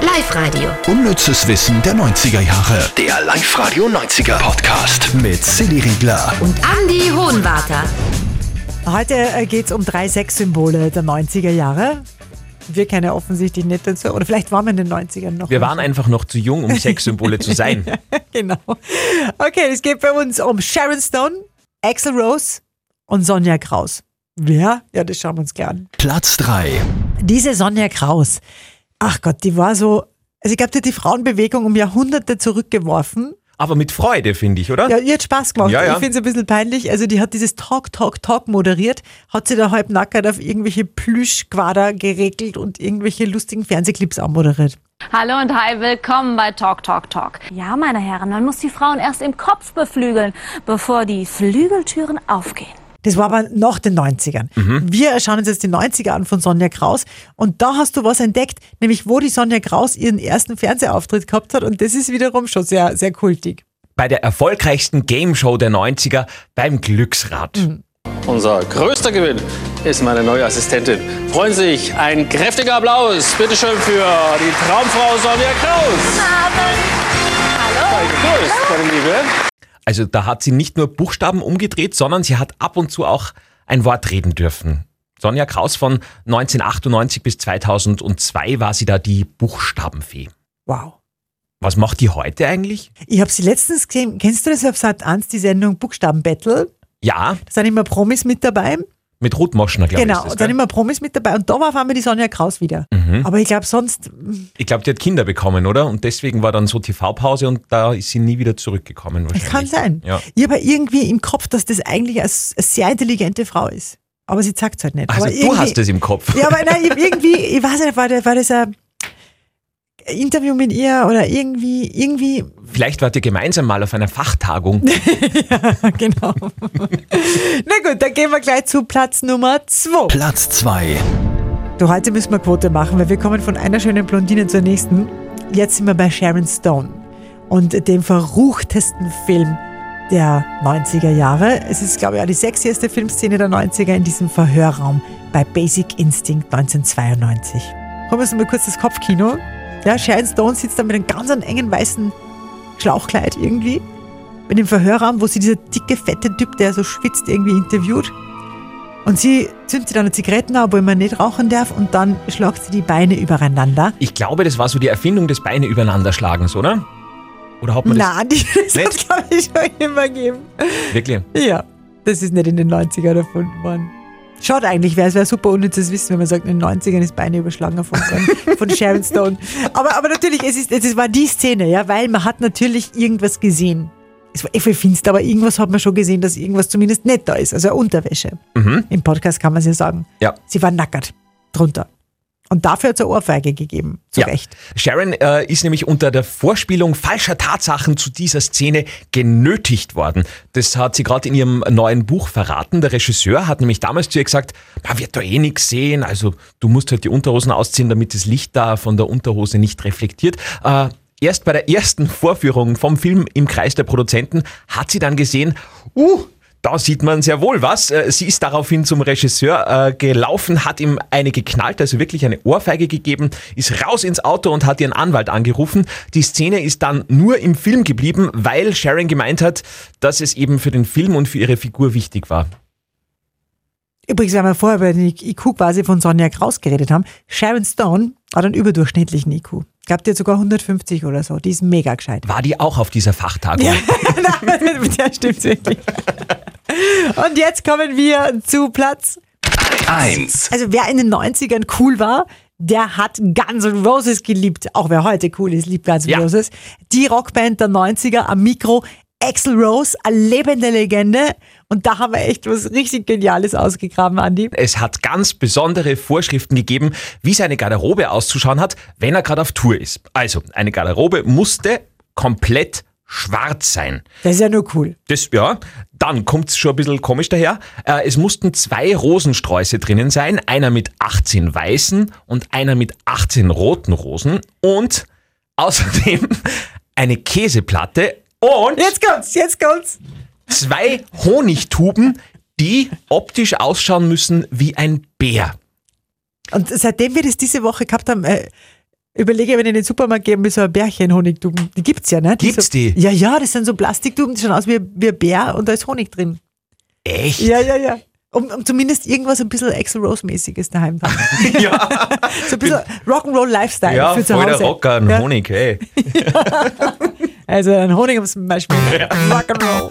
Live-Radio. Unnützes Wissen der 90er Jahre. Der Live-Radio 90er Podcast. Mit Silly Riegler. Und Andy Hohenwarter. Heute geht es um drei Sexsymbole der 90er Jahre. Wir kennen ja offensichtlich nicht dazu. Oder vielleicht waren wir in den 90ern noch. Wir nicht. waren einfach noch zu jung, um Sexsymbole zu sein. Genau. Okay, es geht bei uns um Sharon Stone, Axel Rose und Sonja Kraus. Wer? Ja, das schauen wir uns gern an. Platz 3. Diese Sonja Kraus, ach Gott, die war so, also ich glaube, die hat die Frauenbewegung um Jahrhunderte zurückgeworfen. Aber mit Freude, finde ich, oder? Ja, ihr hat Spaß gemacht. Ja, ja. Ich finde es ein bisschen peinlich. Also die hat dieses Talk, Talk, Talk moderiert, hat sie da halbnackert auf irgendwelche Plüschquader geregelt und irgendwelche lustigen Fernsehclips auch moderiert. Hallo und hi, willkommen bei Talk Talk Talk. Ja, meine Herren, man muss die Frauen erst im Kopf beflügeln, bevor die Flügeltüren aufgehen. Das war aber nach den 90ern. Mhm. Wir schauen uns jetzt die 90er an von Sonja Kraus. Und da hast du was entdeckt, nämlich wo die Sonja Kraus ihren ersten Fernsehauftritt gehabt hat. Und das ist wiederum schon sehr, sehr kultig. Bei der erfolgreichsten Game Show der 90er beim Glücksrad. Mhm. Unser größter Gewinn ist meine neue Assistentin. Freuen Sie sich, ein kräftiger Applaus, bitteschön, für die Traumfrau Sonja Kraus. Ein Kuss, meine Liebe. Also da hat sie nicht nur Buchstaben umgedreht, sondern sie hat ab und zu auch ein Wort reden dürfen. Sonja Kraus von 1998 bis 2002 war sie da die Buchstabenfee. Wow. Was macht die heute eigentlich? Ich habe sie letztens gesehen. Kennst du das auf Sat 1, die Sendung Buchstabenbattle? Ja, Da sind immer Promis mit dabei. mit Ruth Moschner, glaube genau, ich. da Ist das, sind gell? Mhm. immer Promis mit dabei. Und da war auf einmal die Sonja Kraus wieder. Aber ich glaube, sonst, Ich glaube, die hat Kinder bekommen, oder? Und deswegen war dann so TV-Pause und da ist sie nie wieder zurückgekommen. es Wahrscheinlich. kann sein. Ja. Ich habe irgendwie im Kopf, dass das eigentlich eine s- eine sehr intelligente Frau ist. Aber sie sagt es halt nicht. Also aber du hast irgendwie- es im Kopf. Ja, aber nein, ich hab irgendwie, ich weiß nicht, war, das- war das ein Interview mit ihr oder irgendwie, irgendwie, Vielleicht wart ihr gemeinsam mal auf einer Fachtagung. genau. Na gut, dann gehen wir gleich zu Platz Nummer 2. Platz 2. Du, heute müssen wir Quote machen, weil wir kommen von einer schönen Blondine zur nächsten. Jetzt sind wir bei Sharon Stone und dem verruchtesten Film der 90er Jahre. Es ist, glaube ich, auch die sexieste Filmszene der 90er in diesem Verhörraum bei Basic Instinct 1992. Holen wir uns mal kurz das Kopfkino. Ja, Sharon Stone sitzt da mit einem ganz einen engen weißen Schlauchkleid irgendwie in dem Verhörraum, wo sie dieser dicke, fette Typ, der so schwitzt, irgendwie interviewt. Und sie zündet dann eine Zigarette an, obwohl man nicht rauchen darf, und dann schlagt sie die Beine übereinander. Ich glaube, das war so die Erfindung des Beine übereinanderschlagens, oder? Oder hat man Nein, die, das hat Nicht? glaube ich schon immer gegeben. das wirklich? Ja, das ist nicht in den 90ern erfunden worden. Schaut eigentlich, wäre es wäre super unnützes Wissen, wenn man sagt, in den 90ern ist Beine überschlagen erfunden worden von Sharon Stone. Aber, aber natürlich, es, ist, es war die Szene, ja, weil man hat natürlich irgendwas gesehen. Es war eh viel finster, aber irgendwas hat man schon gesehen, dass irgendwas zumindest nicht da ist. Also eine Unterwäsche. Im Podcast kann man es ja sagen. Mhm. Ja. Sie war nackert drunter. Und dafür hat es eine Ohrfeige gegeben. Zu Ja. Recht. Sharon äh, ist nämlich unter der Vorspielung falscher Tatsachen zu dieser Szene genötigt worden. Das hat sie gerade in ihrem neuen Buch verraten. Der Regisseur hat nämlich damals zu ihr gesagt, man wird da eh nichts sehen, also du musst halt die Unterhosen ausziehen, damit das Licht da von der Unterhose nicht reflektiert. Äh, erst bei der ersten Vorführung vom Film im Kreis der Produzenten hat sie dann gesehen, uh, da sieht man sehr wohl was. Äh, Sie ist daraufhin zum Regisseur äh, gelaufen, hat ihm eine geknallt, also wirklich eine Ohrfeige gegeben, ist raus ins Auto und hat ihren Anwalt angerufen. Die Szene ist dann nur im Film geblieben, weil Sharon gemeint hat, dass es eben für den Film und für ihre Figur wichtig war. Übrigens, weil wir vorher über den IQ quasi von Sonja Kraus geredet haben, Sharon Stone hat einen überdurchschnittlichen IQ. Glaubt ihr sogar 150 oder so? Die ist mega gescheit. War die auch auf dieser Fachtagung? Nein, mit der stimmt's wirklich. Und jetzt kommen wir zu Platz. 1. Also wer in den 90ern cool war, der hat Guns N' Roses geliebt. Auch wer heute cool ist, liebt Guns N' Ja. Roses. Die Rockband der 90er am Mikro. Axel Rose, eine lebende Legende. Und da haben wir echt was richtig Geniales ausgegraben, Andi. Es hat ganz besondere Vorschriften gegeben, wie seine Garderobe auszuschauen hat, wenn er gerade auf Tour ist. Also, eine Garderobe musste komplett schwarz sein. Das ist ja nur cool. Das, ja, dann kommt's schon ein bisschen komisch daher. Äh, es mussten zwei Rosensträuße drinnen sein, einer mit 18 weißen und einer mit 18 roten Rosen und außerdem eine Käseplatte und Jetzt kommt's, jetzt kommt's. zwei Honigtuben, die optisch ausschauen müssen wie ein Bär. Und seitdem wir das diese Woche gehabt haben, äh, Überlege, wenn ich in den Supermarkt gehen will, so eine Bärchenhonigtuben. Die gibt's ja, ne? Die Gibt's so, die? Ja, ja, das sind so Plastiktuben, die schauen aus wie, wie ein Bär und da ist Honig drin. Echt? Ja, ja, ja. Um, um zumindest irgendwas ein bisschen Axel Rose-mäßiges daheim zu haben. Ja, So ein bisschen Rock'n'Roll-Lifestyle ja für zu voll Hause. der Rocker, ein Ja. Honig, hey. Also ein Honig zum Beispiel. Rock'n'Roll.